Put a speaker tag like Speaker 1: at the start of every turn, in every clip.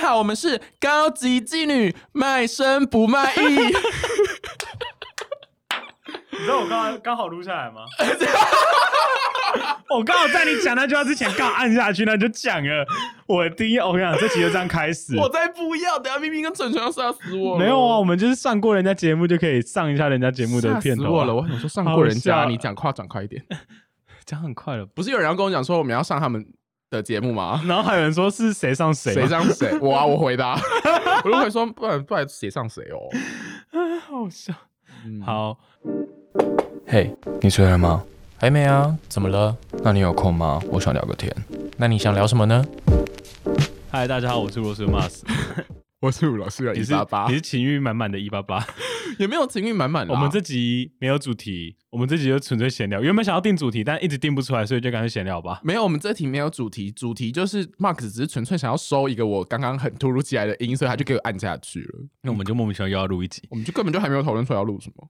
Speaker 1: 好，我们是高级妓女，卖身不卖艺。
Speaker 2: 你知道我刚刚好录下来吗？ 我刚好在你讲那句话之前，刚好按下去，那就讲了。我第一，我跟你讲，这集就这样开 始。
Speaker 1: 我才不要，等下明明跟蠢蠢要杀死我。
Speaker 2: 没有啊，我，们就是上过人家节目，就可以上一下人家节目的
Speaker 1: 吓
Speaker 2: 片
Speaker 1: 死
Speaker 2: 头、
Speaker 1: 我了！
Speaker 2: 啊。
Speaker 1: 我想说上过人
Speaker 2: 好
Speaker 1: 家，
Speaker 2: 笑
Speaker 1: 你讲话讲快一点。
Speaker 2: 讲很快了，
Speaker 1: 不是有人要跟我讲说我们要上他们的节目吗？
Speaker 2: 然后还有人说是谁上谁
Speaker 1: 谁
Speaker 2: 吗，
Speaker 1: 上 谁？我啊，我回答，我就会说，不然不然谁上谁哦。
Speaker 2: 好笑。
Speaker 1: 嗯，
Speaker 2: 好，
Speaker 3: 嘿、你睡了吗？还没啊，怎么了？
Speaker 4: 那你有空吗？我想聊个天。
Speaker 3: 那你想聊什么呢？
Speaker 2: 嗨，大家好，我是罗斯马斯，
Speaker 1: 我是吴老师的啊
Speaker 2: 你
Speaker 1: 一
Speaker 2: 是
Speaker 1: 八八
Speaker 2: 你，是情欲满满的一八八。
Speaker 1: 也没有情欲满满啦。啊
Speaker 2: 我们这集没有主题，我们这集就纯粹闲聊。原本想要定主题，但一直定不出来，所以就干脆闲聊吧。
Speaker 1: 没有，我们这题没有主题，主题就是 Mark 只是纯粹想要收一个我刚刚很突如其来的音，所以他就给我按下去了。
Speaker 2: 那我们就莫名其妙又要录一集。
Speaker 1: 我们就根本就还没有讨论出来要录什么。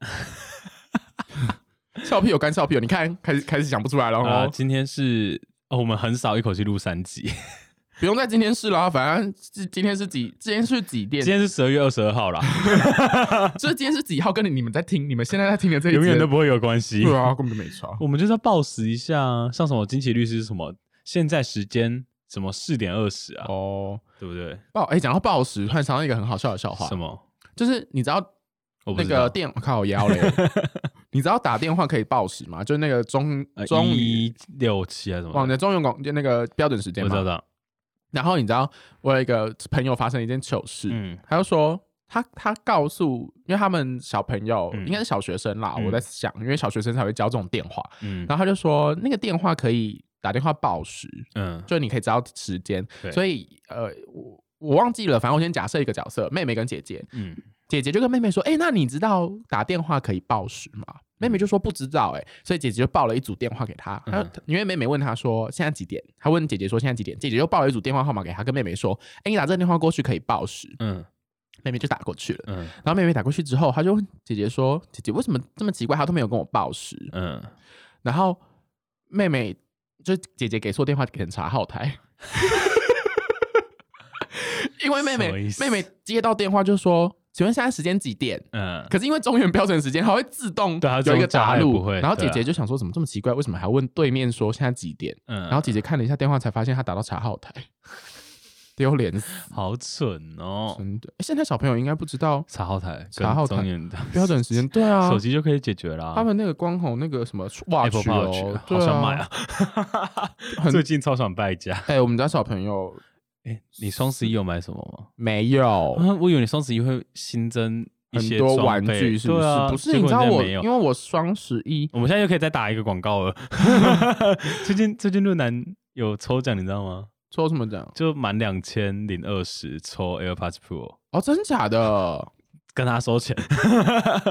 Speaker 1: 笑屁有干笑屁有，你看开始开始想不出来了
Speaker 2: 啊、
Speaker 1: 哦，
Speaker 2: 今天是、哦、我们很少一口气录三 集，
Speaker 1: 不用在今天试啦，反正今今天是几，今天是几点
Speaker 2: 今？天是十二月二十二号啦，
Speaker 1: 就是今天是几号？跟你你们在听，你们现在在听的这一集
Speaker 2: 永远都不会有关系。
Speaker 1: 对 啊，根本就没差。
Speaker 2: 我们就是要报时一下啊，像什么惊奇律师是什么，现在时间什么四点二十啊，
Speaker 1: 哦，
Speaker 2: 对不对？
Speaker 1: 暴哎，讲到暴食，突然想到一个很好笑的笑话
Speaker 2: 什，么？
Speaker 1: 就是你知道
Speaker 2: 我不
Speaker 1: 那
Speaker 2: 知
Speaker 1: 个
Speaker 2: 道。
Speaker 1: 电靠腰 嘞，你知道打电话可以报时吗？就是那个中
Speaker 2: 呃
Speaker 1: 中
Speaker 2: 一六七还是什
Speaker 1: 往
Speaker 2: 么的？
Speaker 1: 的中原广就那个标准时间
Speaker 2: 我知
Speaker 1: 嘛。
Speaker 2: 道，
Speaker 1: 然后你知道，我有一个朋友发生一件糗事，
Speaker 2: 嗯，
Speaker 1: 他就说他他告诉，因为他们小朋友、
Speaker 2: 嗯
Speaker 1: 应该是小学生啦，
Speaker 2: 嗯
Speaker 1: 我在想，因为小学生才会教这种电话。
Speaker 2: 嗯
Speaker 1: 然后他就说，那个电话可以打电话报时，
Speaker 2: 嗯
Speaker 1: 就你可以知道时间。
Speaker 2: 对
Speaker 1: 所以呃，我我忘记了，反正我先假设一个角色，妹妹跟姐姐，
Speaker 2: 嗯，
Speaker 1: 姐姐就跟妹妹说：“哎、那你知道打电话可以报时吗？”
Speaker 2: 嗯
Speaker 1: 妹妹就说不知道、哎，所以姐姐就报了一组电话给她。她
Speaker 2: 嗯
Speaker 1: 因为妹妹问她说现在几点，她问姐姐说现在几点，姐姐又报了一组电话号码给她，跟妹妹说：“哎、你打这个电话过去可以报时。
Speaker 2: 嗯”
Speaker 1: 妹妹就打过去了。
Speaker 2: 嗯
Speaker 1: 然后妹妹打过去之后，她就问姐姐说：“姐姐为什么这么奇怪，她都没有跟我报时
Speaker 2: 嗯，？”
Speaker 1: 然后妹妹就姐姐给错电话给警察后台， 因为妹
Speaker 2: 什么意
Speaker 1: 妹
Speaker 2: 思
Speaker 1: 妹妹接到电话就说：“请问现在时间几点？”
Speaker 2: 嗯，
Speaker 1: 可是因为中原标准时间，它会自动
Speaker 2: 对它啊自动
Speaker 1: 有一个
Speaker 2: 炸
Speaker 1: 答
Speaker 2: 它也不
Speaker 1: 录
Speaker 2: 会，
Speaker 1: 然后
Speaker 2: 对
Speaker 1: 姐
Speaker 2: 啊
Speaker 1: 姐就想说怎么这么奇怪，为什么还要问对面说现在几点？
Speaker 2: 嗯，
Speaker 1: 然后姐姐看了一下电话，才发现她打到查号 台，丢脸死！
Speaker 2: 好嗯蠢哦，
Speaker 1: 真的，诶现在小朋友应该不知道
Speaker 2: 查号台，
Speaker 1: 查号台
Speaker 2: 中年的
Speaker 1: 标准时间，对啊
Speaker 2: 手，机就可以解决啦。
Speaker 1: 他们那个光红那个什么 watch
Speaker 2: Apple Watch
Speaker 1: 哦，对
Speaker 2: 好想买啊！
Speaker 1: 很
Speaker 2: 最近超想败 家。
Speaker 1: 哎、我们家小朋友
Speaker 2: 哎，你双十一有买什么
Speaker 1: 没有
Speaker 2: 吗？。啊，我以为你双十一会新增一
Speaker 1: 很
Speaker 2: 些
Speaker 1: 多
Speaker 2: 装
Speaker 1: 玩
Speaker 2: 备
Speaker 1: 具是不是？
Speaker 2: 对啊
Speaker 1: 不是，
Speaker 2: 结
Speaker 1: 你
Speaker 2: 果
Speaker 1: 知道
Speaker 2: 真的
Speaker 1: 我，
Speaker 2: 没有
Speaker 1: 因为我双十一
Speaker 2: 我们现在又可以再打一个广告了。 最近最近论坛有抽奖，你知道吗？
Speaker 1: 抽什么奖？
Speaker 2: 就满两千零二十抽 AirPods Pro，
Speaker 1: 哦，真假 的，
Speaker 2: 跟他收钱。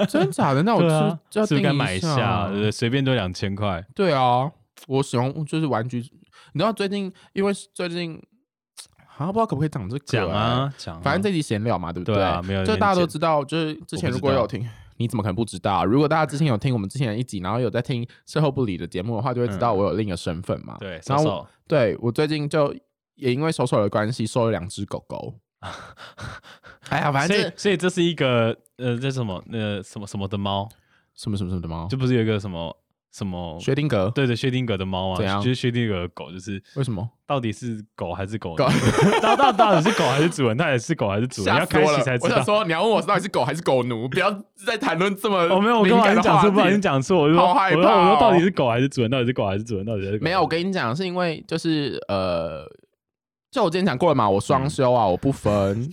Speaker 1: 真假的，那我
Speaker 2: 对
Speaker 1: 是
Speaker 2: 啊，
Speaker 1: 就要
Speaker 2: 是不是
Speaker 1: 订
Speaker 2: 该买一下？啊对不对，随便都两千块。
Speaker 1: 对啊，我喜欢就是玩具。你知道最近，因为最近好像不知道可不可以讲这个、
Speaker 2: 讲，啊讲啊，
Speaker 1: 反正这集闲聊嘛，对不
Speaker 2: 对啊没有人
Speaker 1: 就大家都
Speaker 2: 剪
Speaker 1: 知道，就是之前如果有听，你怎么可能不知道？啊如果大家之前有听我们之前的一集，然后有在听事后不理的节目的话，就会知道
Speaker 2: 嗯
Speaker 1: 我有另一个身份嘛。
Speaker 2: 对，
Speaker 1: 然
Speaker 2: 收
Speaker 1: 后我
Speaker 2: 手。
Speaker 1: 对我最近就也因为手手的关系，收了两只狗 狗。哎呀，反
Speaker 2: 所
Speaker 1: 正
Speaker 2: 以
Speaker 1: 这
Speaker 2: 所以这是一个呃，这是什么呃什么什么的猫，
Speaker 1: 什么什么什么的猫
Speaker 2: 就，不是有一个什么什么
Speaker 1: 哦薛定谔，
Speaker 2: 对对薛定谔的猫嘛，啊
Speaker 1: 怎样
Speaker 2: 就是薛定谔的狗，就是
Speaker 1: 为什么？
Speaker 2: 到底是狗还是狗？
Speaker 1: 狗
Speaker 2: 到到到底是狗还是主人？到底是狗还是主人？
Speaker 1: 吓
Speaker 2: 要
Speaker 1: 死
Speaker 2: 开
Speaker 1: 我
Speaker 2: 启
Speaker 1: 了
Speaker 2: 才！知
Speaker 1: 我想
Speaker 2: 道。
Speaker 1: 说，你要问我到底是狗还是狗奴，不要再谈论这么
Speaker 2: 我哦没有，我跟
Speaker 1: 敏感
Speaker 2: 我
Speaker 1: 的
Speaker 2: 讲错，不
Speaker 1: 话
Speaker 2: 小
Speaker 1: 题
Speaker 2: 心。讲错，我就说
Speaker 1: 好害
Speaker 2: 我说
Speaker 1: 怕哦
Speaker 2: 我说到底是狗还是主人？到底是狗还是主人？到底是狗还是
Speaker 1: 没有，我跟你讲，是因为就是呃，就我之前讲过了嘛，我
Speaker 2: 嗯
Speaker 1: 双休啊，我不分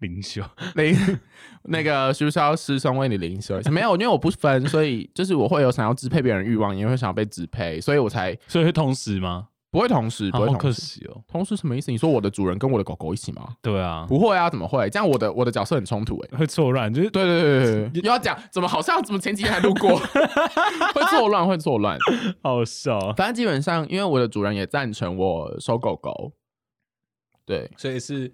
Speaker 2: 灵修，
Speaker 1: 零。 那个是不是要师生为你零休？没有，因为我不分，所以就是我会有想要支配别人的欲望，也会想要被支配，所以我才
Speaker 2: 所以会同时吗？
Speaker 1: 不会同时，
Speaker 2: 啊
Speaker 1: 不会
Speaker 2: 好
Speaker 1: 同
Speaker 2: 可
Speaker 1: 时。
Speaker 2: 惜哦。
Speaker 1: 同时什么意思？你说我的主人跟我的狗狗一起吗？
Speaker 2: 对啊，
Speaker 1: 不会啊，怎么会？这样我的我的角色很冲突哎、
Speaker 2: 会错乱，就是
Speaker 1: 对对对对对，又要讲怎么好像怎么前几天还路过， 会错乱会错乱。
Speaker 2: 好笑哦。
Speaker 1: 反正基本上，因为我的主人也赞成我收狗狗，对，
Speaker 2: 所以是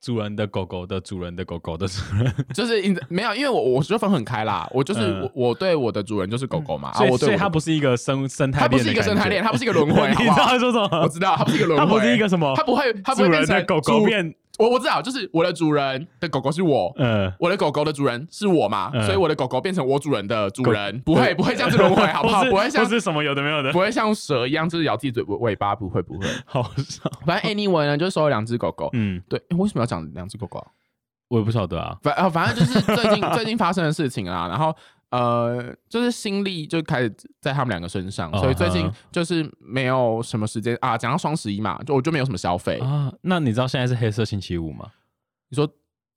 Speaker 2: 主人的狗狗的主人的狗狗的主人，
Speaker 1: 就是因没有，因为我我就分很开啦，我就是、
Speaker 2: 嗯
Speaker 1: 我我对我的主人就是狗狗嘛，
Speaker 2: 所
Speaker 1: 啊、
Speaker 2: 以
Speaker 1: 我对
Speaker 2: 所
Speaker 1: 我
Speaker 2: 以
Speaker 1: 的
Speaker 2: 它不是一个生生态
Speaker 1: 它不
Speaker 2: 链
Speaker 1: 是
Speaker 2: 的
Speaker 1: 一
Speaker 2: 感
Speaker 1: 个
Speaker 2: 觉，
Speaker 1: 生态链，它不是一个轮回，
Speaker 2: 你
Speaker 1: 好
Speaker 2: 知
Speaker 1: 不好
Speaker 2: 道？说什么？
Speaker 1: 我知道它不是一个轮
Speaker 2: 它
Speaker 1: 回，
Speaker 2: 不是一个什么
Speaker 1: 它不会它不
Speaker 2: 主
Speaker 1: 会变
Speaker 2: 人的
Speaker 1: 成
Speaker 2: 狗狗
Speaker 1: 主
Speaker 2: 变
Speaker 1: 我我知道，就是我的主人的狗狗是我，
Speaker 2: 嗯，
Speaker 1: 我的狗狗的主人是我嘛，
Speaker 2: 嗯
Speaker 1: 所以我的狗狗变成我主人的主人，不会不会这样子轮回，好 不好？
Speaker 2: 是
Speaker 1: 不会像
Speaker 2: 是什么有的没有的
Speaker 1: 不，会像蛇一样，就是咬自己嘴尾巴，不会不会。
Speaker 2: 好少。
Speaker 1: 反 正 anyway 呢，就收了两只狗狗。
Speaker 2: 嗯，
Speaker 1: 对，诶为什么要讲两只狗狗啊、
Speaker 2: 我也不晓得啊。
Speaker 1: 反呃，反正就是最近最近发生的事情啦。然后呃，就是心力就开始在他们两个身上，
Speaker 2: 哦
Speaker 1: 所以最近
Speaker 2: 嗯
Speaker 1: 就是没有什么时间啊。讲到双十一嘛，就我就没有什么消费。
Speaker 2: 啊，那你知道现在是黑色星期五吗？
Speaker 1: 你说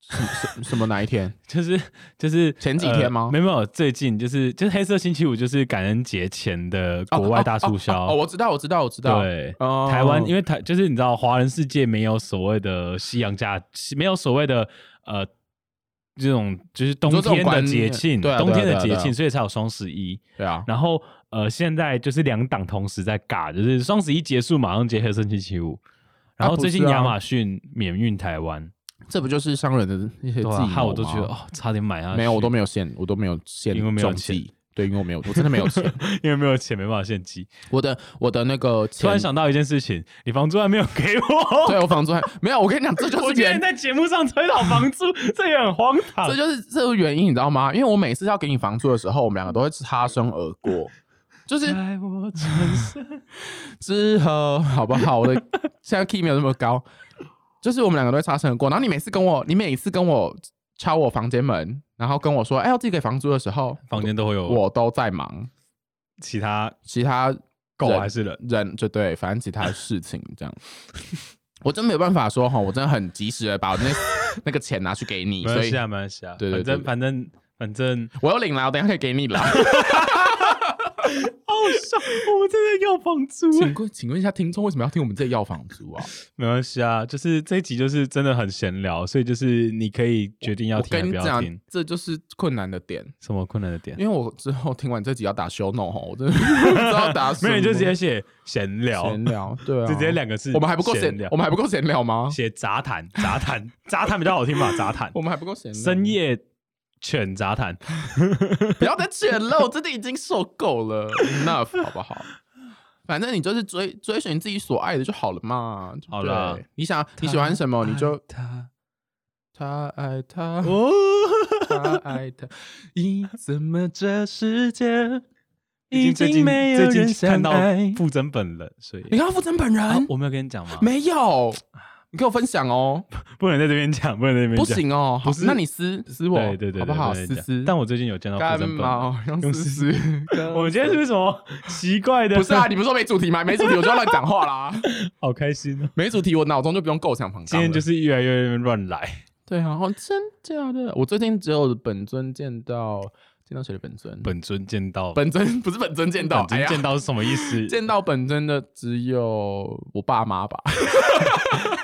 Speaker 1: 什么什什么哪一天？
Speaker 2: 就是就是
Speaker 1: 前几天吗
Speaker 2: 呃没有没有，最近就是就是黑色星期五，就是感恩节前的
Speaker 1: 哦
Speaker 2: 国外大促销
Speaker 1: 哦哦哦我知道，我知道，我知道。
Speaker 2: 啊对，
Speaker 1: 哦
Speaker 2: 台湾因为台就是你知道，华人世界没有所谓的西洋假，没有所谓的呃这种就是冬
Speaker 1: 你说这种
Speaker 2: 天的
Speaker 1: 观
Speaker 2: 节
Speaker 1: 念
Speaker 2: 庆，
Speaker 1: 对啊对啊
Speaker 2: 冬天
Speaker 1: 对
Speaker 2: 的
Speaker 1: 啊
Speaker 2: 节
Speaker 1: 对啊
Speaker 2: 庆，所以才有双十一。
Speaker 1: 对啊，
Speaker 2: 然后呃，现在就是两党同时在尬，就是双十一结束马上接黑色星期五，然后
Speaker 1: 啊不
Speaker 2: 最近
Speaker 1: 是啊
Speaker 2: 亚马逊免运台湾，
Speaker 1: 这不就是商人的那些自
Speaker 2: 对
Speaker 1: 己、
Speaker 2: 啊，害我都觉得哦，差点买下去，
Speaker 1: 没有，我都没有限，我都没有限
Speaker 2: 因为没有
Speaker 1: 中
Speaker 2: 钱
Speaker 1: 计。对，因为我没有，我真的没有钱。
Speaker 2: 因为没有钱没办法献祭。
Speaker 1: 我的我的那个钱，
Speaker 2: 突然想到一件事情，你房租还没有给 我，
Speaker 1: 对我房租还没有。我跟你讲，这就
Speaker 2: 我
Speaker 1: 是
Speaker 2: 今
Speaker 1: 原
Speaker 2: 天在节目上推导房租，这也很荒唐
Speaker 1: 这。就是这个原因，你知道吗？因为我每次要给你房租的时候，我们两个都会擦身而 过，就是
Speaker 2: 爱我转身，
Speaker 1: 之后好不好？我的现在 key 没有那么高，就是我们两个都会擦身而过。然后你每次跟我，你每次跟我敲我房间门，然后跟我说：“哎，要自己给房租的时候，
Speaker 2: 房间都会有
Speaker 1: 我都在忙，
Speaker 2: 其他
Speaker 1: 其他
Speaker 2: 狗
Speaker 1: 人
Speaker 2: 还是人，
Speaker 1: 人就对，反正其他的事情这样。”我真没有办法说哈，我真的很及时的把我那 那个钱拿去给你，
Speaker 2: 没
Speaker 1: 所
Speaker 2: 关
Speaker 1: 以
Speaker 2: 系啊，没关系啊，
Speaker 1: 对对
Speaker 2: 反
Speaker 1: 对
Speaker 2: 正反正反正，
Speaker 1: 我有领了，我等一下可以给你了。
Speaker 2: 好笑，我们真的要房租
Speaker 1: 请问，请问一下听众为什么要听我们这要房租啊？
Speaker 2: 没关系啊，就是这一集就是真的很闲聊，所以就是你可以决定要
Speaker 1: 我
Speaker 2: 听还
Speaker 1: 跟
Speaker 2: 是
Speaker 1: 你
Speaker 2: 不要
Speaker 1: 讲
Speaker 2: 听。，
Speaker 1: 这就是困难的点，
Speaker 2: 什么困难的点？
Speaker 1: 因为我之后听完这集要打 show no 吼，我真的 不知道打什
Speaker 2: 没
Speaker 1: 么，
Speaker 2: 有，你就直接写闲聊，
Speaker 1: 闲 聊，对啊，
Speaker 2: 就直接两个字。
Speaker 1: 我们还不够闲
Speaker 2: 闲聊，，
Speaker 1: 我们还不够闲聊吗？
Speaker 2: 写杂谈，杂谈，杂谈比较好听吧？杂谈
Speaker 1: 我，们还不够闲聊，
Speaker 2: 深夜犬杂谈。
Speaker 1: 不要再卷了，我真的已经受够 了，enough 好不好？反正你就是追追寻自己所爱的就好了嘛。对不
Speaker 2: 好
Speaker 1: 对
Speaker 2: 啦，
Speaker 1: 你想你喜欢什么你就
Speaker 2: 他
Speaker 1: 他爱他，
Speaker 2: 哦，
Speaker 1: 他爱他，咦，怎么这世界
Speaker 2: 已
Speaker 1: 最
Speaker 2: 经
Speaker 1: 近
Speaker 2: 没有
Speaker 1: 最
Speaker 2: 人
Speaker 1: 近看
Speaker 2: 看到
Speaker 1: 到
Speaker 2: 傅征本人，所以
Speaker 1: 你看到傅征本人、
Speaker 2: 啊我没有跟你讲吗？
Speaker 1: 没有？你给我分享哦，
Speaker 2: 不能在这边讲，不能在这边
Speaker 1: 不
Speaker 2: 讲，
Speaker 1: 行哦，好
Speaker 2: 不是
Speaker 1: 那你私私我，
Speaker 2: 对对对，对
Speaker 1: 好不好？
Speaker 2: 对
Speaker 1: 私
Speaker 2: 对
Speaker 1: 私，
Speaker 2: 但我最近有见到傅
Speaker 1: 干
Speaker 2: 征本 人。
Speaker 1: 嘛用私私？
Speaker 2: 我们今天是不是什么奇怪的？
Speaker 1: 不是啊？你不是说没主题吗？没主题我就要乱讲话 啦。
Speaker 2: 好开心哦！
Speaker 1: 没主题我脑中就不啊用构想旁纲了。
Speaker 2: 今天就是越来越乱来。
Speaker 1: 对啊，哦，真假的？我最近只有本尊见到见到谁的本尊？
Speaker 2: 本尊见到，
Speaker 1: 本尊不是本尊见到，
Speaker 2: 本尊
Speaker 1: 哎呀
Speaker 2: 见到是什么意思？
Speaker 1: 见到本尊的只有我爸妈吧。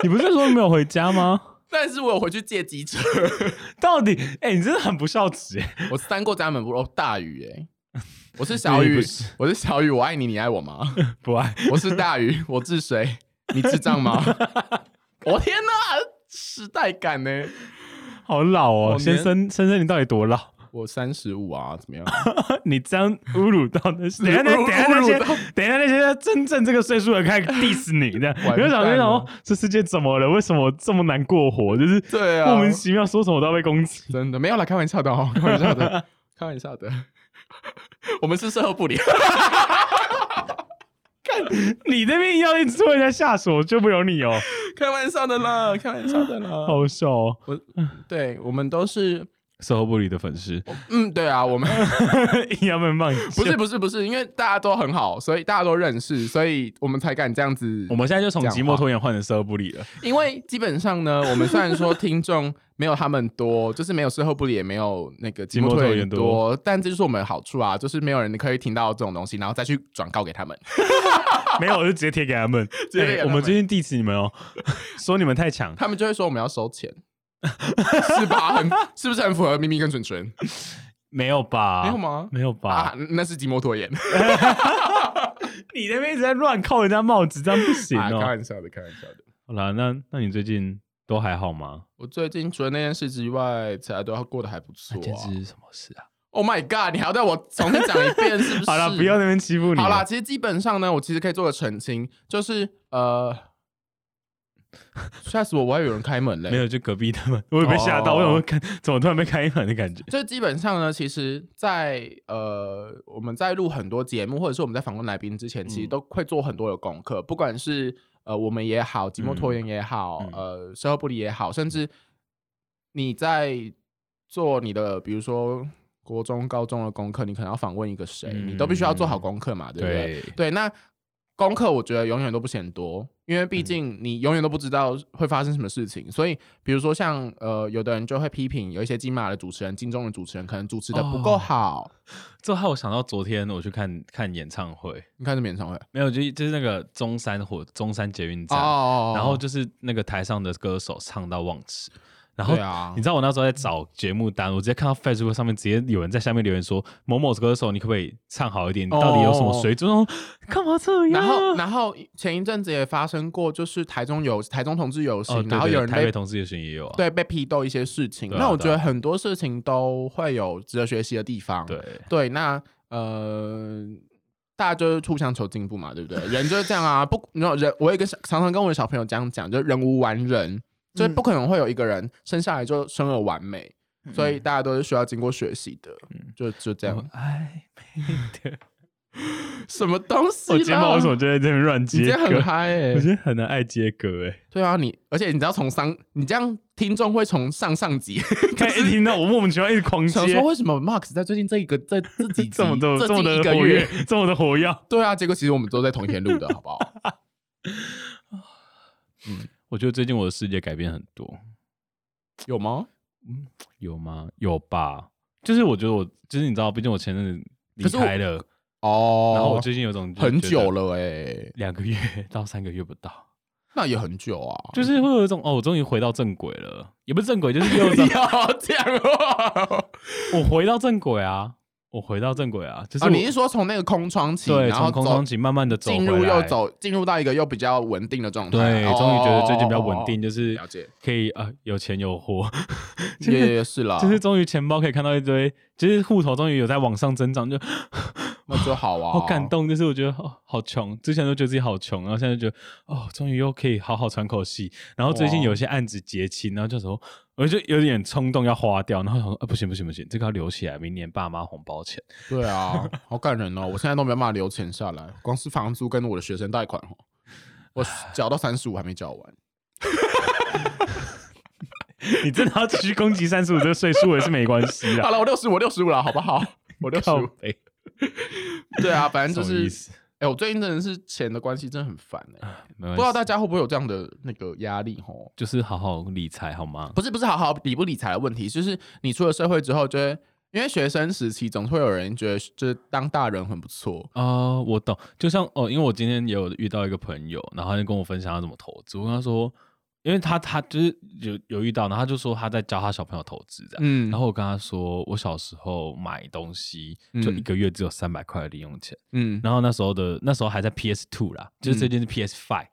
Speaker 2: 你不是说没有回家吗？
Speaker 1: 但是我有回去借机车，
Speaker 2: 到底，哎，你真的很不孝子哎！
Speaker 1: 我三过家门不漏大雨哎、我是小
Speaker 2: 你
Speaker 1: 雨
Speaker 2: 不是，
Speaker 1: 我是小雨，我爱你，你爱我吗？
Speaker 2: 不爱，
Speaker 1: 我是大雨，我治谁？你智障吗？ 我天哪，时代感呢、
Speaker 2: 好老
Speaker 1: 好
Speaker 2: 哦，
Speaker 1: 年
Speaker 2: 先生，先生，你到底多老？
Speaker 1: 我三十五啊，怎么样？
Speaker 2: 你这样侮辱到那 些，等一下那
Speaker 1: 侮辱
Speaker 2: 等一下那些
Speaker 1: 侮辱到，
Speaker 2: 等一下那些真正这个岁数的开始 diss 你，这样，
Speaker 1: 完
Speaker 2: 你就想
Speaker 1: 蛋了
Speaker 2: 就想说，这世界怎么了？为什么我这么难过活？就是
Speaker 1: 对啊，
Speaker 2: 莫名其妙说什么都要被攻击。
Speaker 1: 真的没有啦，开玩笑的哦，开玩笑的，开玩笑的。 我们是社后不理，
Speaker 2: 你这边要一直拖人家下手，就不由 你哦，
Speaker 1: 开玩笑的啦，开玩笑的啦。
Speaker 2: 好笑哦。
Speaker 1: 对，我们都是，
Speaker 2: 售后部里的粉 丝
Speaker 1: 嗯，对啊，我们
Speaker 2: 硬要被骂，
Speaker 1: 不
Speaker 2: 不
Speaker 1: 是不是不是，因为大家都很好，所以大家都认识，所以我们才敢这样子。
Speaker 2: 我们现在就从
Speaker 1: 讲话
Speaker 2: 寂寞拖延换成售后部里了。
Speaker 1: 因为基本上 呢，我们虽然说听众没有他们多，就是没有事后不理，也没有那个寂
Speaker 2: 寂寞
Speaker 1: 寞
Speaker 2: 拖
Speaker 1: 拖
Speaker 2: 延
Speaker 1: 延
Speaker 2: 多
Speaker 1: 多，但这就是我们的好处啊，就是没有人可以听到这种东西，然后再去转告给他们。
Speaker 2: 没有，我就直接贴给他们。
Speaker 1: 接贴给
Speaker 2: 哎
Speaker 1: 他
Speaker 2: 我
Speaker 1: 们
Speaker 2: 们最近 diss 你们哦， 说你们太强。
Speaker 1: 他们就会说我们要收 钱，是吧？很是不是很符合咪咪跟蠢蠢？
Speaker 2: 没有吧？
Speaker 1: 没有吗
Speaker 2: 没有
Speaker 1: 啊
Speaker 2: 吧？，
Speaker 1: 那是寂寞拖延。
Speaker 2: 你那边一直在乱扣人家帽子，这样不行
Speaker 1: 啊，开
Speaker 2: 哦。
Speaker 1: 玩笑的，开玩笑的。
Speaker 2: 好啦，那那你最近都还好吗？
Speaker 1: 我最近除了那件事之外，其他都要过得还不错、
Speaker 2: 那
Speaker 1: 啊。
Speaker 2: 是什么事啊？
Speaker 1: Oh my god！你还要带我重新讲一遍，是不是？
Speaker 2: 好啦，不要那边欺负你。
Speaker 1: 好啦，，其实基本上呢，我其实可以做个澄清，就是呃， 吓死我！我还以为有人开门嘞。
Speaker 2: 没有，就隔壁他们，我也被吓到，
Speaker 1: 哦
Speaker 2: 我想说看怎么突然被开门的感觉。
Speaker 1: 就基本上呢，其实在，呃，我们在录很多节目，或者是我们在访问来宾之前，其实
Speaker 2: 嗯
Speaker 1: 都会做很多的功课，不管是呃我们也好，寂寞拖延也好，
Speaker 2: 嗯
Speaker 1: 呃，售后不理也好，甚至你在做你的，比如说国中、高中的功课，你可能要访问一个谁，你都必须要做好功课嘛，对不对？
Speaker 2: 嗯对，啊
Speaker 1: 对，那功课我觉得永远都不嫌多，因为毕竟你永远都不知道会发生什么事情。所以，比如说像呃，有的人就会批评有一些金马的主持人、金钟的主持人，可能主持的不够
Speaker 2: 哦
Speaker 1: 好。
Speaker 2: 这害我想到昨天我去看看演唱会，
Speaker 1: 你看这演唱会
Speaker 2: 没有，就就是那个中山火中山捷运站，
Speaker 1: 哦
Speaker 2: 然后就是那个台上的歌手唱到忘词，然后
Speaker 1: 对啊
Speaker 2: 你，知道我那时候在找节目单，我直接看到 Facebook 上面直接有人在下面留言说某某歌手，你可不可以唱好一点？你到底有什么水准？哦干嘛这 样？
Speaker 1: 然后然后前一阵子也发生过，就是台中有台中同志游行，
Speaker 2: 哦，对
Speaker 1: 然后有
Speaker 2: 对，
Speaker 1: 人
Speaker 2: 台北
Speaker 1: 被。
Speaker 2: 同志游行也有啊。
Speaker 1: 对，被批斗一些事情，
Speaker 2: 对啊
Speaker 1: 那我
Speaker 2: 对
Speaker 1: 觉得
Speaker 2: 啊
Speaker 1: 很多事情都会有值得学习的地方。
Speaker 2: 对
Speaker 1: 对，那呃，大家就是互相求进步嘛，对不对？人就是这样啊，不，你知道人，我也跟小常常跟我的小朋友这样讲，就是人无完人，就是
Speaker 2: 嗯
Speaker 1: 不可能会有一个人生下来就生而完美，所
Speaker 2: 嗯
Speaker 1: 以大家都是需要经过学习的，就就这样。
Speaker 2: 哎，
Speaker 1: 什么东西？
Speaker 2: 我睫毛为什么？就在这边乱
Speaker 1: 你今
Speaker 2: 接
Speaker 1: 天很
Speaker 2: 歌？
Speaker 1: 嗨诶、
Speaker 2: 我觉得很难爱接 歌哎、
Speaker 1: 对啊，你而且你知道从上，你这样听众会从上上集
Speaker 2: 看一听到我莫名其妙一直狂
Speaker 1: 想
Speaker 2: 接
Speaker 1: 说，为什么 Max 在最近这一个 这这几集
Speaker 2: 这么的这么
Speaker 1: 近一
Speaker 2: 的
Speaker 1: 个
Speaker 2: 活跃
Speaker 1: 月，，
Speaker 2: 这么的活跃。
Speaker 1: 对啊，结果其实我们都在同一天录的，好 不好？
Speaker 2: 我觉得最近我的世界改变很多，
Speaker 1: 有吗？
Speaker 2: 有吗？有吧？就是我觉得我，就是你知道，毕竟我前阵子离
Speaker 1: 可是我
Speaker 2: 开了，
Speaker 1: 哦，
Speaker 2: 然后我最近有种就是
Speaker 1: 很
Speaker 2: 觉得
Speaker 1: 久了哎、
Speaker 2: 两个月到三个月不到，
Speaker 1: 那也很久 啊，
Speaker 2: 就是会有一种哦，我终于回到正轨了，也不是正轨，就是有一 种
Speaker 1: 要这样话。
Speaker 2: 我回到正轨啊，我回到正轨啊，就是
Speaker 1: 啊，
Speaker 2: 我
Speaker 1: 你是说从那个空窗期，
Speaker 2: 对，
Speaker 1: 然后
Speaker 2: 从空窗
Speaker 1: 走
Speaker 2: 期慢慢的走
Speaker 1: 进
Speaker 2: 回
Speaker 1: 入
Speaker 2: 来
Speaker 1: 又，走进入到一个又比较稳定的状态？
Speaker 2: 对，
Speaker 1: 哦
Speaker 2: 终于觉得最近比较稳定，
Speaker 1: 哦
Speaker 2: 就是
Speaker 1: 了解
Speaker 2: 可以呃有钱 有货，
Speaker 1: 哦也 也是啦，
Speaker 2: 就是终于钱包可以看到一堆，就是户头终于有在往上增长，就
Speaker 1: 那就好啊，
Speaker 2: 好感。动，就是我觉得哦好穷，之前都觉得自己好穷，然后现在就觉得哦终于又可以好好喘口气，然后最近
Speaker 1: 哇
Speaker 2: 有一些案子结清，然后就说我就有点冲动要花掉，然后想说啊不行不行不行，这个要留起来，明年爸妈红包钱。
Speaker 1: 对啊，好感人哦！我现在都没办法留钱下来，光是房租跟我的学生贷款哦，我缴到三十五还没缴 完。
Speaker 2: 你真的要继续攻击三十五这个岁数也是没关系
Speaker 1: 好
Speaker 2: 的。
Speaker 1: 了，我六十五，我六十五了，好不好？我六十
Speaker 2: 靠
Speaker 1: 五。
Speaker 2: 北
Speaker 1: 对啊，反正就
Speaker 2: 什么意
Speaker 1: 是，
Speaker 2: 思
Speaker 1: 哎、我最近真的是钱的关系真的很烦哎、
Speaker 2: 没关
Speaker 1: 不知
Speaker 2: 系
Speaker 1: 道大家会不会有这样的那个压力吼？
Speaker 2: 就是好好理财好吗？
Speaker 1: 不是不是好好理不理财的问题，就是你出了社会之后，就会因为学生时期总会有人觉得就是当大人很不错，
Speaker 2: 哦，我懂，就像哦，因为我今天也有遇到一个朋友，然后他就跟我分享他怎么投资。我跟他说，因为他他就是有有遇到，然后他就说他在教他小朋友投资这样。
Speaker 1: 嗯
Speaker 2: 然后我跟他说，我小时候买东西
Speaker 1: 嗯
Speaker 2: 就一个月只有三百块的零用钱，
Speaker 1: 嗯，
Speaker 2: 然后那时候的那时候还在 PS Two 啦，就是最近是 PS Five，、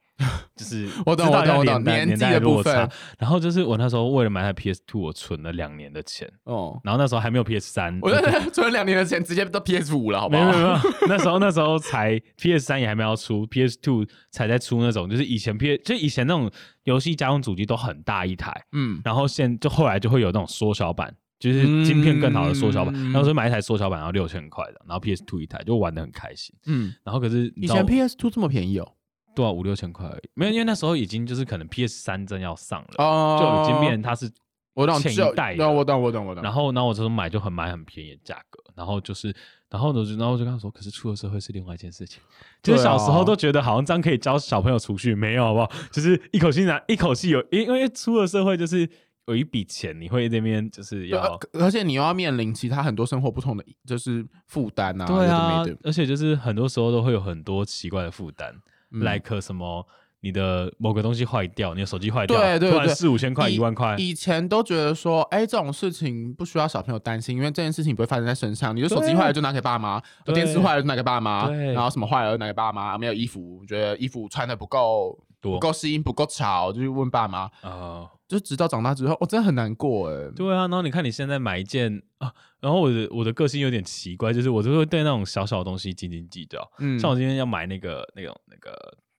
Speaker 2: 就是
Speaker 1: 我懂
Speaker 2: 知道
Speaker 1: 我懂
Speaker 2: 要
Speaker 1: 我懂
Speaker 2: 年
Speaker 1: 年
Speaker 2: 代
Speaker 1: 纪
Speaker 2: 年
Speaker 1: 的
Speaker 2: 代
Speaker 1: 部
Speaker 2: 落差
Speaker 1: 分。
Speaker 2: 然后就是我那时候为了买台 PS Two，我存了两年的钱，
Speaker 1: 哦，
Speaker 2: 然后那时候还没有 PS 三，
Speaker 1: 我觉得存了两年的钱直接到 PS 五了，好不
Speaker 2: 没
Speaker 1: 好？
Speaker 2: 有没有，没有 那时候那时候才 PS 三也还没有出，PS Two 才在出那种，就是以前 P 就以前那种游戏家用主机都很大一台，
Speaker 1: 嗯，
Speaker 2: 然后现就后来就会有那种缩小版，就是晶片更好的缩小版。
Speaker 1: 嗯
Speaker 2: 那时候买一台缩小版要六千块的，然后 PS Two 一台就玩的很开心。
Speaker 1: 嗯，
Speaker 2: 然后可是
Speaker 1: 以
Speaker 2: 你知道
Speaker 1: 前 PS Two 这么便宜哦，
Speaker 2: 多少五六千块而已，没有，因为那时候已经就是可能 PS 三真要上了，
Speaker 1: 哦
Speaker 2: 就已经变成它是
Speaker 1: 我懂，
Speaker 2: 前
Speaker 1: 就
Speaker 2: 一代的
Speaker 1: 对啊我懂我懂我懂，
Speaker 2: 然后，然后我这时候买就很买很便宜的价格，然后就是，然后呢，然后我就跟他说，可是出了社会是另外一件事情，就是
Speaker 1: 对啊
Speaker 2: 小时候都觉得好像这样可以教小朋友储蓄，没有好不好？就是一口气拿，一口气有，因因为出了社会就是有一笔钱，你会那边就是
Speaker 1: 对，啊而
Speaker 2: 要。
Speaker 1: 而且你又要面临其他很多生活不同的就是负担啊，
Speaker 2: 对
Speaker 1: 有
Speaker 2: 啊
Speaker 1: 的没的，
Speaker 2: 而且就是很多时候都会有很多奇怪的负担、
Speaker 1: 嗯
Speaker 2: l i k e 什么你的某个东西坏掉，你的手机坏掉，
Speaker 1: 对对
Speaker 2: 突然
Speaker 1: 对
Speaker 2: 四五千块、
Speaker 1: 以
Speaker 2: 一万块，
Speaker 1: 以前都觉得说，哎、这种事情不需要小朋友担心，因为这件事情不会发生在身上。你的手机
Speaker 2: 对
Speaker 1: 坏了就拿给爸妈，呃
Speaker 2: 对
Speaker 1: 电视坏了就拿给爸妈，
Speaker 2: 对
Speaker 1: 然后什么坏了就拿给爸妈。没有衣服，觉得衣服穿的不够
Speaker 2: 多
Speaker 1: 不够新、不够潮，就去问爸妈。
Speaker 2: 啊。
Speaker 1: 就直到长大之后，哦我、真的很难过哎、
Speaker 2: 对啊，然后你看你现在买一件啊，然后我的我的个性有点奇怪，就是我就会对那种小小的东西斤斤计较。
Speaker 1: 嗯
Speaker 2: 像我今天要买那个那种那个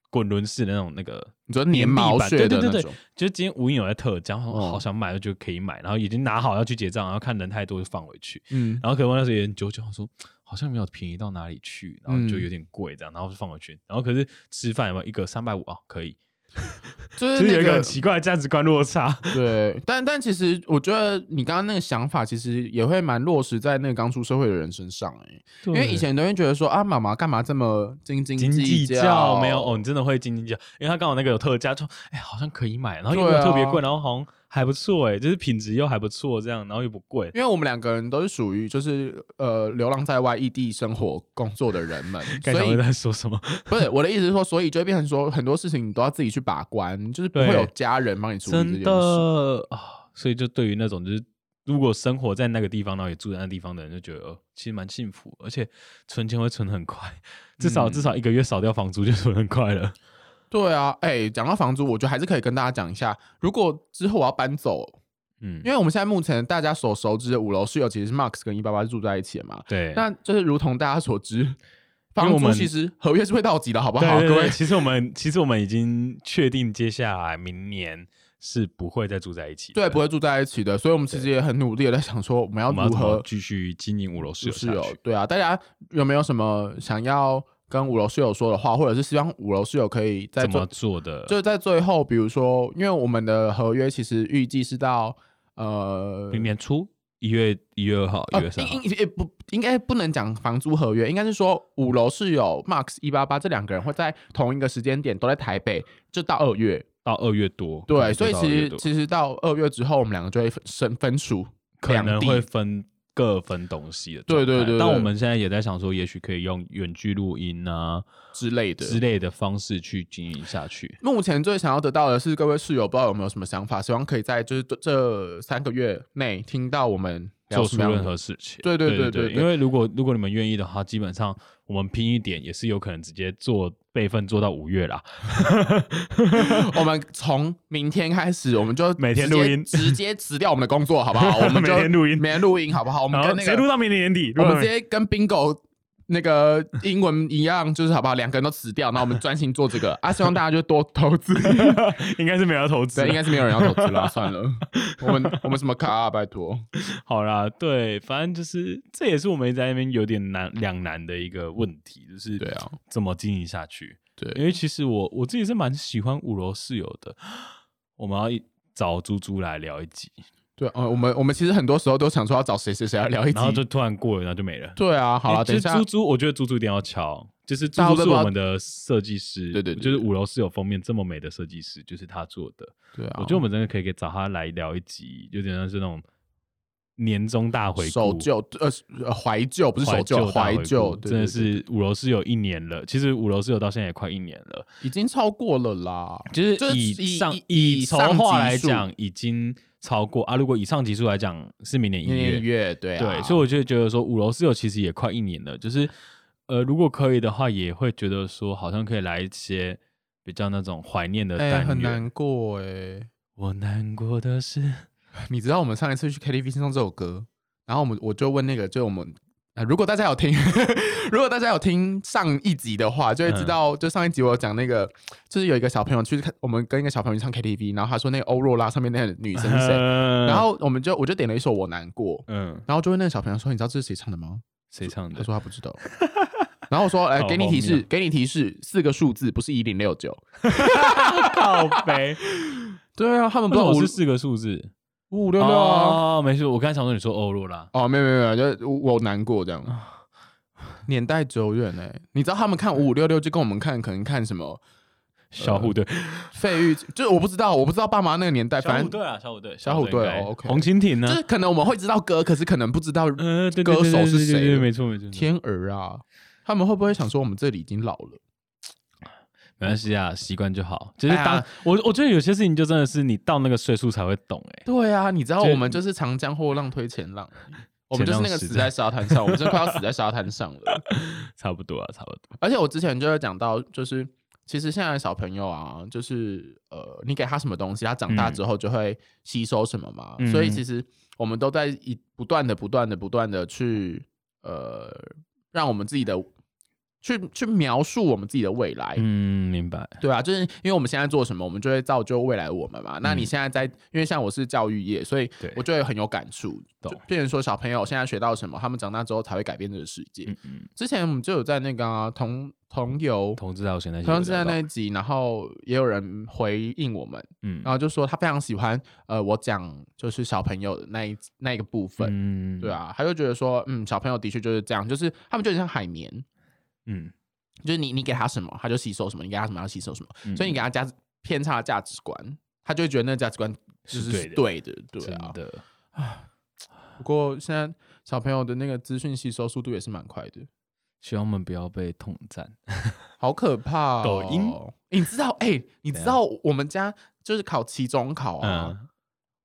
Speaker 2: 滚轮式的那种那个，
Speaker 1: 你说粘毛屑的
Speaker 2: 对对
Speaker 1: 那
Speaker 2: 对
Speaker 1: 种，
Speaker 2: 就是今天无印有在特价，然后
Speaker 1: 哦
Speaker 2: 好想买就可以买，然后已经拿好要去结账，然后看人太多就放回去，
Speaker 1: 嗯，
Speaker 2: 然后可能那时候也很久久，想说好像没有便宜到哪里去，然后就
Speaker 1: 嗯
Speaker 2: 有点贵这样，然后就放回去，然后可是吃饭有没有一个三百五啊？可以，
Speaker 1: 就
Speaker 2: 就是是有
Speaker 1: 那
Speaker 2: 一个很奇怪的价值观落差。
Speaker 1: 对，但但其实我觉得你刚刚那个想法，其实也会蛮落实在那个刚出社会的人身上、欸，
Speaker 2: 因
Speaker 1: 因为以前都会觉得说啊，妈妈干嘛这么斤斤
Speaker 2: 斤计
Speaker 1: 较，
Speaker 2: 没有哦，你真的会斤斤计较，因为他刚好那个有特价，就哎、好像可以买，然后又没
Speaker 1: 对
Speaker 2: 有
Speaker 1: 啊
Speaker 2: 特别贵，然后好像还不错哎，就是品质又还不错这样，然后又不贵，
Speaker 1: 因为我们两个人都是属于就是呃流浪在外异地生活工作的人们，
Speaker 2: 该
Speaker 1: 所
Speaker 2: 想
Speaker 1: 以
Speaker 2: 在说什么，
Speaker 1: 不是我的意思是说，所以就会变成说很多事情你都要自己去把关，就是不会
Speaker 2: 对
Speaker 1: 有家人帮你处理这件
Speaker 2: 真
Speaker 1: 事。
Speaker 2: 的啊，所以就对于那种就是。如果生活在那个地方，然后也住在那个地方的人，就觉得、呃其实蛮幸福，而且存钱会存得很快，至少、
Speaker 1: 嗯
Speaker 2: 至少一个月少掉房租就存得很快了。
Speaker 1: 对啊，哎、讲到房租，我觉得还是可以跟大家讲一下，如果之后我要搬走，
Speaker 2: 嗯，
Speaker 1: 因为我们现在目前大家所熟知的五楼室友其实是 Max 跟一八八住在一起的嘛，
Speaker 2: 对，
Speaker 1: 那就是如同大家所知，
Speaker 2: 因为
Speaker 1: 房
Speaker 2: 我
Speaker 1: 租
Speaker 2: 们
Speaker 1: 其实合约是会到期的，好不
Speaker 2: 对
Speaker 1: 好？
Speaker 2: 对
Speaker 1: 各
Speaker 2: 对
Speaker 1: 位，
Speaker 2: 其实我们其实我们已经确定，接下来明年是不会再住在一起的。
Speaker 1: 对不会住在一起的，所以我们其实也很努力的在想说我们要
Speaker 2: 我们要
Speaker 1: 如
Speaker 2: 怎么
Speaker 1: 何
Speaker 2: 继续经营五楼室
Speaker 1: 室
Speaker 2: 友
Speaker 1: 友
Speaker 2: 下去？
Speaker 1: 对啊，大家有没有什么想要跟五楼室友说的话，或者是希望五楼室友可以在
Speaker 2: 怎么
Speaker 1: 做，
Speaker 2: 做的？
Speaker 1: 就是在最后，比如说，因为我们的合约其实预计是到呃。
Speaker 2: 明年初一月一月二号、一
Speaker 1: 呃
Speaker 2: 月三号
Speaker 1: 应，应也不应该不能讲房租合约，应该是说五楼室友 Max 一八八这两个人会在同一个时间点都在台北，就到二月。
Speaker 2: 到二月多。
Speaker 1: 对，所
Speaker 2: 可
Speaker 1: 以
Speaker 2: 能
Speaker 1: 其
Speaker 2: 就到二月
Speaker 1: 实
Speaker 2: 多
Speaker 1: 其实到二月之后，我们两个就会分分分属
Speaker 2: 可能
Speaker 1: 两地
Speaker 2: 会分各分东西的
Speaker 1: 对
Speaker 2: 状
Speaker 1: 对对
Speaker 2: 态。
Speaker 1: 对
Speaker 2: 但我们现在也在想说，也许可以用远距录音啊
Speaker 1: 之类的。
Speaker 2: 之类的方式去经营下去。
Speaker 1: 目前最想要得到的是各位室友，不知道有没有什么想法，希望可以在就是这这三个月内听到我们聊
Speaker 2: 做
Speaker 1: 什
Speaker 2: 出
Speaker 1: 么样的
Speaker 2: 任何事情，
Speaker 1: 对对
Speaker 2: 对
Speaker 1: 对对
Speaker 2: 对
Speaker 1: 对
Speaker 2: 因为如果如果你们愿意的话，基本上我们拼一点也是有可能直接做备份做到五月啦。
Speaker 1: 我们从明天开始，我们就
Speaker 2: 每天
Speaker 1: 直接
Speaker 2: 录音
Speaker 1: 直接辞掉我们的工作，好不好？我们就
Speaker 2: 每天录音
Speaker 1: 每天录音，好不好？我们
Speaker 2: 然后
Speaker 1: 跟那
Speaker 2: 直接录
Speaker 1: 个，
Speaker 2: 到明年年 底，
Speaker 1: 我
Speaker 2: 录到
Speaker 1: 们
Speaker 2: 明
Speaker 1: 直接跟 Bingo 那个英文一样，就是好不好？两个人都辞掉，那我们专心做这个啊！希望大家就多投资，
Speaker 2: 应该是没有要投资
Speaker 1: 对，。应该是没有人要投资了，算了，我们我们什么卡啊，拜托。
Speaker 2: 好啦，对，反正就是这也是我们一直在那边有点难两难的一个问题，就是
Speaker 1: 对啊，
Speaker 2: 怎么经营下去？
Speaker 1: 对
Speaker 2: 因为其实我我自己是蛮喜欢五楼室友的，我们要一找猪猪来聊一集，
Speaker 1: 对，呃，我们我们其实很多时候都想说要找谁谁谁来聊一
Speaker 2: 然后就
Speaker 1: 哎集。
Speaker 2: 突然过了，然后就没了。
Speaker 1: 对啊，好了，
Speaker 2: 欸
Speaker 1: 等一
Speaker 2: 其实
Speaker 1: 下
Speaker 2: 猪，猪，我觉得猪猪一定要敲，就是猪
Speaker 1: 大家
Speaker 2: 猪
Speaker 1: 都
Speaker 2: 是
Speaker 1: 不知道
Speaker 2: 我们的设计师，
Speaker 1: 对对对
Speaker 2: 就是五楼室友封面这么美的设计师，就是他做的。
Speaker 1: 对啊，
Speaker 2: 我觉得我们真的可以给找他来聊一集，有点像是那种年终大回顾、
Speaker 1: 守旧，呃，呃怀旧不是守旧，
Speaker 2: 大
Speaker 1: 怀
Speaker 2: 回
Speaker 1: 旧
Speaker 2: 顾
Speaker 1: 对
Speaker 2: 真的
Speaker 1: 对对
Speaker 2: 是五楼室友一年了。其实五楼室友到现在也快一年了，
Speaker 1: 已经超过了啦。
Speaker 2: 就是
Speaker 1: 就是以
Speaker 2: 以上
Speaker 1: 以
Speaker 2: 以筹划
Speaker 1: 上集
Speaker 2: 来
Speaker 1: 数
Speaker 2: 讲已经超过啊。如果以上集数来讲是明年一月
Speaker 1: 音，乐对啊，
Speaker 2: 对，所以我就觉得说，五楼室友其实也快一年了，就是呃，如果可以的话，也会觉得说，好像可以来一些比较那种怀念的
Speaker 1: 哎、
Speaker 2: 单
Speaker 1: 很
Speaker 2: 元。
Speaker 1: 难过哎、
Speaker 2: 我难过 的是，
Speaker 1: 你知道我们上一次去 KTV 听到这首歌，然后我们我就问那个，就我们。呃如果大家有听， 如果大家有听上一集的话，就会
Speaker 2: 嗯
Speaker 1: 知道，就上一集我有讲那个，就是有一个小朋友去看，我们跟一个小朋友去唱 KTV，然后他说那个欧若拉上面那个女生是谁，
Speaker 2: 然
Speaker 1: 然后我们就我就点了一首《我难过》，
Speaker 2: 嗯，
Speaker 1: 然后就问那个小朋友说：“你知道这是谁唱的吗
Speaker 2: 谁唱？”
Speaker 1: 他
Speaker 2: 的？
Speaker 1: 说他不知道。然后我说：“来，哎
Speaker 2: 好
Speaker 1: 给你提
Speaker 2: 荒
Speaker 1: 示，给你提示，四个数字，不是一零六九。
Speaker 2: 靠 背，”
Speaker 1: 对啊，他们
Speaker 2: 不
Speaker 1: 不知
Speaker 2: 是
Speaker 1: 道
Speaker 2: 我
Speaker 1: 五
Speaker 2: 是四个数字。
Speaker 1: 五五六六啊。
Speaker 2: 哦，没事，我刚才想说你说欧若拉，
Speaker 1: 哦，没有没有没有，就我我难过这样。啊年代久远哎、你知道他们看五五六六，就跟我们看可能看什么
Speaker 2: 小虎队，
Speaker 1: 费玉，就是我不知道，我不知道爸妈那个年代，
Speaker 2: 小
Speaker 1: 呃反
Speaker 2: 虎
Speaker 1: 正
Speaker 2: 队啊，小虎队，
Speaker 1: 小虎队哦
Speaker 2: 应该
Speaker 1: OK
Speaker 2: 红蜻蜓呢
Speaker 1: 就？是可能我们会知道歌，可是可能不知道
Speaker 2: 嗯，对对
Speaker 1: 歌
Speaker 2: 对
Speaker 1: 手
Speaker 2: 对
Speaker 1: 是
Speaker 2: 对对对
Speaker 1: 谁。
Speaker 2: 没错没错，没错
Speaker 1: 天鹅啊，他们会不会想说我们这里已经老了？
Speaker 2: 没关系啊，习惯就好。就是
Speaker 1: 哎呀
Speaker 2: 当、我我觉得有些事情就真的是你到那个岁数才会懂、欸，
Speaker 1: 对啊，你知道
Speaker 2: 就
Speaker 1: 我们就是长江后浪推前浪，我们就是那个死
Speaker 2: 前
Speaker 1: 在
Speaker 2: 浪
Speaker 1: 沙滩上，我们真的快要死在沙滩上 了。
Speaker 2: 差不多啊，差不多。
Speaker 1: 而且我之前就有讲到，就是其实现在的小朋友啊，就是呃，你给他什么东西，他长大之后就会吸收什么嘛。
Speaker 2: 嗯
Speaker 1: 所以其实我们都在一不断的、不断的、不断的去呃，让我们自己的去去描述我们自己的未来。
Speaker 2: 嗯，明白。
Speaker 1: 对啊，就是因为我们现在做什么，我们就会造就未来的我们嘛。那
Speaker 2: 嗯
Speaker 1: 你现在在，因为像我是教育业，所以
Speaker 2: 对
Speaker 1: 我就会很有感触。
Speaker 2: 懂
Speaker 1: 就变成说小朋友现在学到什么，他们长大之后才会改变这个世界。
Speaker 2: 嗯嗯，
Speaker 1: 之前我们就有在那个啊、同同游
Speaker 2: 同志在我现在
Speaker 1: 同样是在那一集，然后也有人回应我们，
Speaker 2: 嗯
Speaker 1: 然后就说他非常喜欢呃我讲就是小朋友的那一那一个部分。
Speaker 2: 嗯
Speaker 1: 对，啊，他就觉得说，嗯，小朋友的确就是这样，就是他们就很像海绵，
Speaker 2: 嗯，
Speaker 1: 就是你你给他什么，他就吸收什么；你给他什么，他就吸收什么。
Speaker 2: 嗯
Speaker 1: 所以你给他价值偏差的价值观，他就会觉得那个价值观就是
Speaker 2: 对
Speaker 1: 是
Speaker 2: 的
Speaker 1: 对的，对
Speaker 2: 真
Speaker 1: 啊。
Speaker 2: 的
Speaker 1: 不过现在小朋友的那个资讯吸收速度也是蛮快的，
Speaker 2: 希望我们不要被统战。
Speaker 1: 好可怕、哦！
Speaker 2: 抖音
Speaker 1: 欸，你知道？哎、你知道我们家就是考期中考啊，
Speaker 2: 嗯，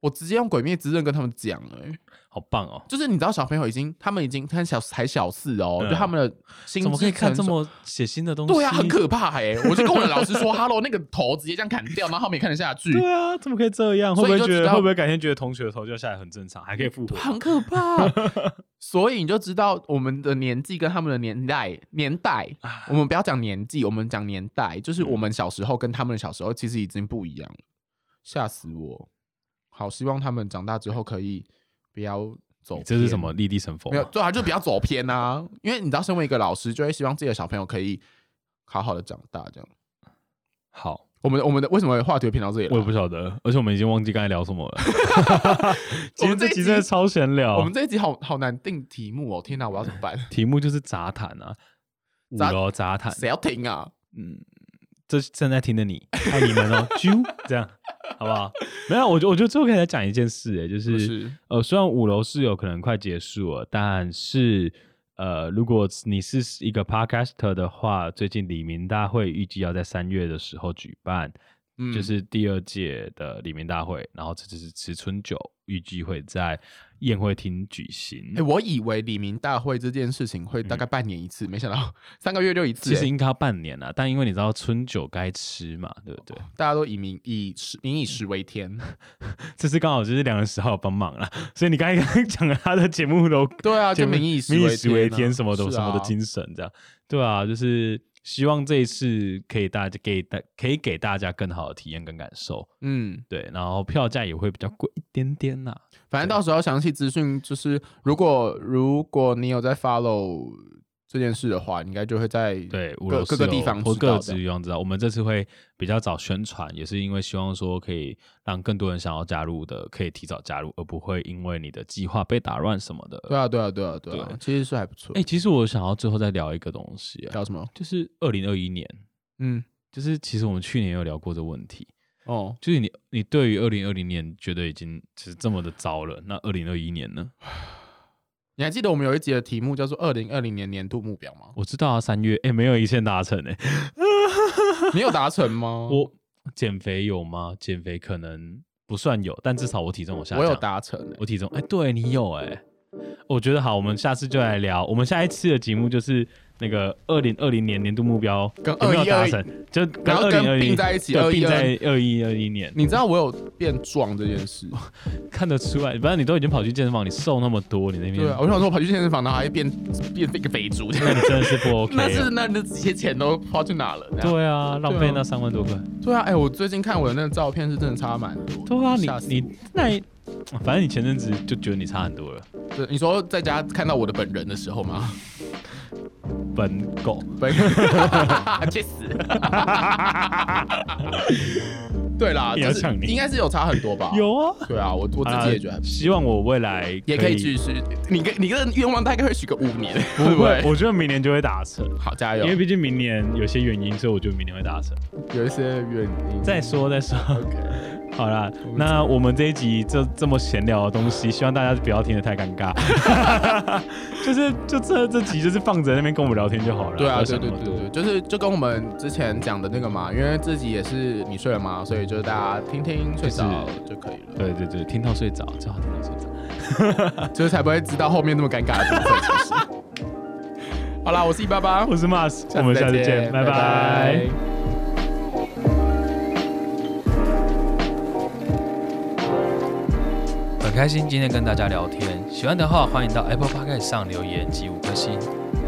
Speaker 1: 我直接用《鬼灭之刃》跟他们讲、哎，
Speaker 2: 好棒哦！
Speaker 1: 就是你知道小朋友已经，他们已经看小才小四哦，
Speaker 2: 嗯
Speaker 1: 就他们的心
Speaker 2: 怎么可以
Speaker 1: 智成
Speaker 2: 看这
Speaker 1: 熟
Speaker 2: 么血腥的东西？
Speaker 1: 对啊，很可怕哎、我就跟我的老师 说哈喽，那个头直接这样砍掉，然后他们也看得下去，
Speaker 2: 对啊，怎么可以这样？会
Speaker 1: 所
Speaker 2: 不
Speaker 1: 以
Speaker 2: 会
Speaker 1: 就
Speaker 2: 觉
Speaker 1: 知
Speaker 2: 得
Speaker 1: 道
Speaker 2: 会不会改天觉得同学的头掉下来很正常，还可以复活？
Speaker 1: 很可 怕。所以你就知道我们的年纪跟他们的年代年代，我们不要讲年纪，我们讲年代，就是
Speaker 2: 嗯
Speaker 1: 我们小时候跟他们的小时候其实已经不一样了，吓死我！好希望他们长大之后可以不要走
Speaker 2: 你这是
Speaker 1: 偏
Speaker 2: 什么立地成佛
Speaker 1: 没有，
Speaker 2: 吗？
Speaker 1: 对啊，就比较走偏啊。因为你知道，身为一个老师，就会希望自己的小朋友可以好好的长大。这样，
Speaker 2: 好，
Speaker 1: 我们的我们的为什么话题会偏到这里来？啊
Speaker 2: 我也不晓得，而且我们已经忘记刚才聊什么了。
Speaker 1: 我
Speaker 2: 今
Speaker 1: 们这
Speaker 2: 天这
Speaker 1: 一集
Speaker 2: 集真的超闲聊，
Speaker 1: 我们这一集好好难定题目哦！天哪，我要怎么 办？
Speaker 2: 题目就是杂谈啊，五
Speaker 1: 杂
Speaker 2: 楼杂谈。
Speaker 1: 谁要听啊？
Speaker 2: 嗯，这是正在听的你，爱你们哦，啾，这样好不好？没有，我觉我觉得最后可以来讲一件事、欸，就是
Speaker 1: 是
Speaker 2: 呃，虽然五楼是有可能快结束了，但是呃，如果你是一个 podcaster 的话，最近李明大会预计要在三月的时候举办，
Speaker 1: 嗯
Speaker 2: 就是第二届的李明大会，然后这次是吃春酒，预计会在宴会厅举行。
Speaker 1: 哎、我以为李明大会这件事情
Speaker 2: 嗯
Speaker 1: 会大概半年一次，没想到三个月就一次、
Speaker 2: 其实
Speaker 1: 哎
Speaker 2: 应该要半年了，但因为你知道春酒该吃嘛，对不对？
Speaker 1: 大家都以民以食民以食为 天，
Speaker 2: 这次刚好就是两月十号有帮忙了，所以你刚才 刚刚讲了他的节目都
Speaker 1: 对啊，
Speaker 2: 节
Speaker 1: 就
Speaker 2: 目
Speaker 1: 民以食
Speaker 2: 民以
Speaker 1: 为
Speaker 2: 食为
Speaker 1: 天啊、
Speaker 2: 天什么的、
Speaker 1: 是
Speaker 2: 什
Speaker 1: 啊
Speaker 2: 么的精神这样，对啊，就是希望这一次可以大家给大可以给大家更好的体验跟感受，
Speaker 1: 嗯，
Speaker 2: 对，然后票价也会比较贵一点点啦、
Speaker 1: 反正到时候详细资讯就是，如果如果你有在 follow 这件事的话，你应该就会在
Speaker 2: 对，五
Speaker 1: 各
Speaker 2: 楼
Speaker 1: 各
Speaker 2: 四
Speaker 1: 个
Speaker 2: 楼
Speaker 1: 地方
Speaker 2: 或
Speaker 1: 知
Speaker 2: 各
Speaker 1: 道
Speaker 2: 个
Speaker 1: 的
Speaker 2: 地方知道。我们这次会比较早宣传，也是因为希望说可以让更多人想要加入的可以提早加入，而不会因为你的计划被打乱什么的。
Speaker 1: 对啊，对啊，对啊，对啊，
Speaker 2: 对
Speaker 1: 其实是还不错。
Speaker 2: 哎、其实我想要最后再聊一个东西、啊，
Speaker 1: 叫什么？
Speaker 2: 就是二零二一年，
Speaker 1: 嗯，
Speaker 2: 就是其实我们去年有聊过这个问题，
Speaker 1: 哦，
Speaker 2: 就是你你对于二零二零年觉得已经是这么的糟了，那二零二一年呢？
Speaker 1: 你还记得我们有一集的题目叫做“二零二零年年度目标” 吗？
Speaker 2: 我知道啊，三月哎、没有一线达成哎、
Speaker 1: 你有达成吗？
Speaker 2: 我减肥有吗？减肥可能不算有，但至少我体重有下降，
Speaker 1: 我有达成、欸，
Speaker 2: 我体重哎、对你有哎、我觉得好，我们下次就来聊，我们下一次的节目就是。那个二零二零年年度目标
Speaker 1: 跟
Speaker 2: 有没有
Speaker 1: 2021
Speaker 2: 达成？就跟
Speaker 1: 然后
Speaker 2: 二
Speaker 1: 跟
Speaker 2: 零二零
Speaker 1: 并在一起
Speaker 2: 对
Speaker 1: 2021
Speaker 2: 并在二一二一年，
Speaker 1: 你知道我有变壮这件
Speaker 2: 哦
Speaker 1: 事，
Speaker 2: 看得出来，反正你都已经跑去健身房，你瘦那么多，你那边
Speaker 1: 对啊，我想说我跑去健身房，然后还变变一个肥猪，
Speaker 2: 那你真的是不 OK
Speaker 1: 那
Speaker 2: 欸。
Speaker 1: 是那那这些钱都花去哪了？这样
Speaker 2: 对啊，浪费那三万多块。
Speaker 1: 对啊，哎、我最近看我的那个照片是真的差蛮多的。
Speaker 2: 对啊，
Speaker 1: 吓死
Speaker 2: 你你那你，反正你前阵子就觉得你差很多了，
Speaker 1: 对你说在家看到我的本人的时候吗？
Speaker 2: 本狗。
Speaker 1: 本去 死！对啦，
Speaker 2: 也要
Speaker 1: 就是
Speaker 2: 呛你
Speaker 1: 应该是有差很多吧？，
Speaker 2: 有啊，
Speaker 1: 对啊，我我自己也觉得还不错。
Speaker 2: 希望我未来
Speaker 1: 也可以继
Speaker 2: 去，
Speaker 1: 续。你跟你跟愿望大概会许个五年，
Speaker 2: 不
Speaker 1: 对不
Speaker 2: 会，
Speaker 1: 对？
Speaker 2: 我觉得明年就会达成，
Speaker 1: 好，加油
Speaker 2: 因！为毕竟明年有些原因，所以我觉得明年会达成。
Speaker 1: 有一些原因。
Speaker 2: 再说再说，
Speaker 1: OK，
Speaker 2: 好啦，那我们这一集就这么闲聊的东西，希望大家不要听得太尴尬， 就是就这这集就是放着那边跟我们聊天就好了，
Speaker 1: 对
Speaker 2: 不
Speaker 1: 啊，
Speaker 2: 要
Speaker 1: 对
Speaker 2: 想那
Speaker 1: 对
Speaker 2: 么
Speaker 1: 对
Speaker 2: 多
Speaker 1: 对，就是就跟我们之前讲的那个嘛，因为自己也是你睡了吗？所以就是大家听听睡着就可以了，
Speaker 2: 对对对，听到睡着，最好听到睡着。
Speaker 1: 就是才不会知道后面那么尴尬的部分。其实 好啦，我是一八八，
Speaker 2: 我是 Mars，我们下次见，拜拜。
Speaker 4: 很开心今天跟大家聊天，喜欢的话欢迎到 Apple Podcast 上留言及五颗星，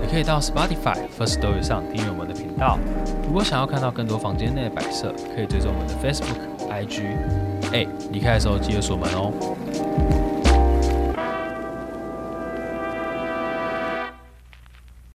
Speaker 2: 也可以到 Spotify、First Story 上订阅我们的频道。如果想要看到更多房间内的摆设，可以追踪我们的 Facebook、IG。哎，离开的时候记得锁门哦。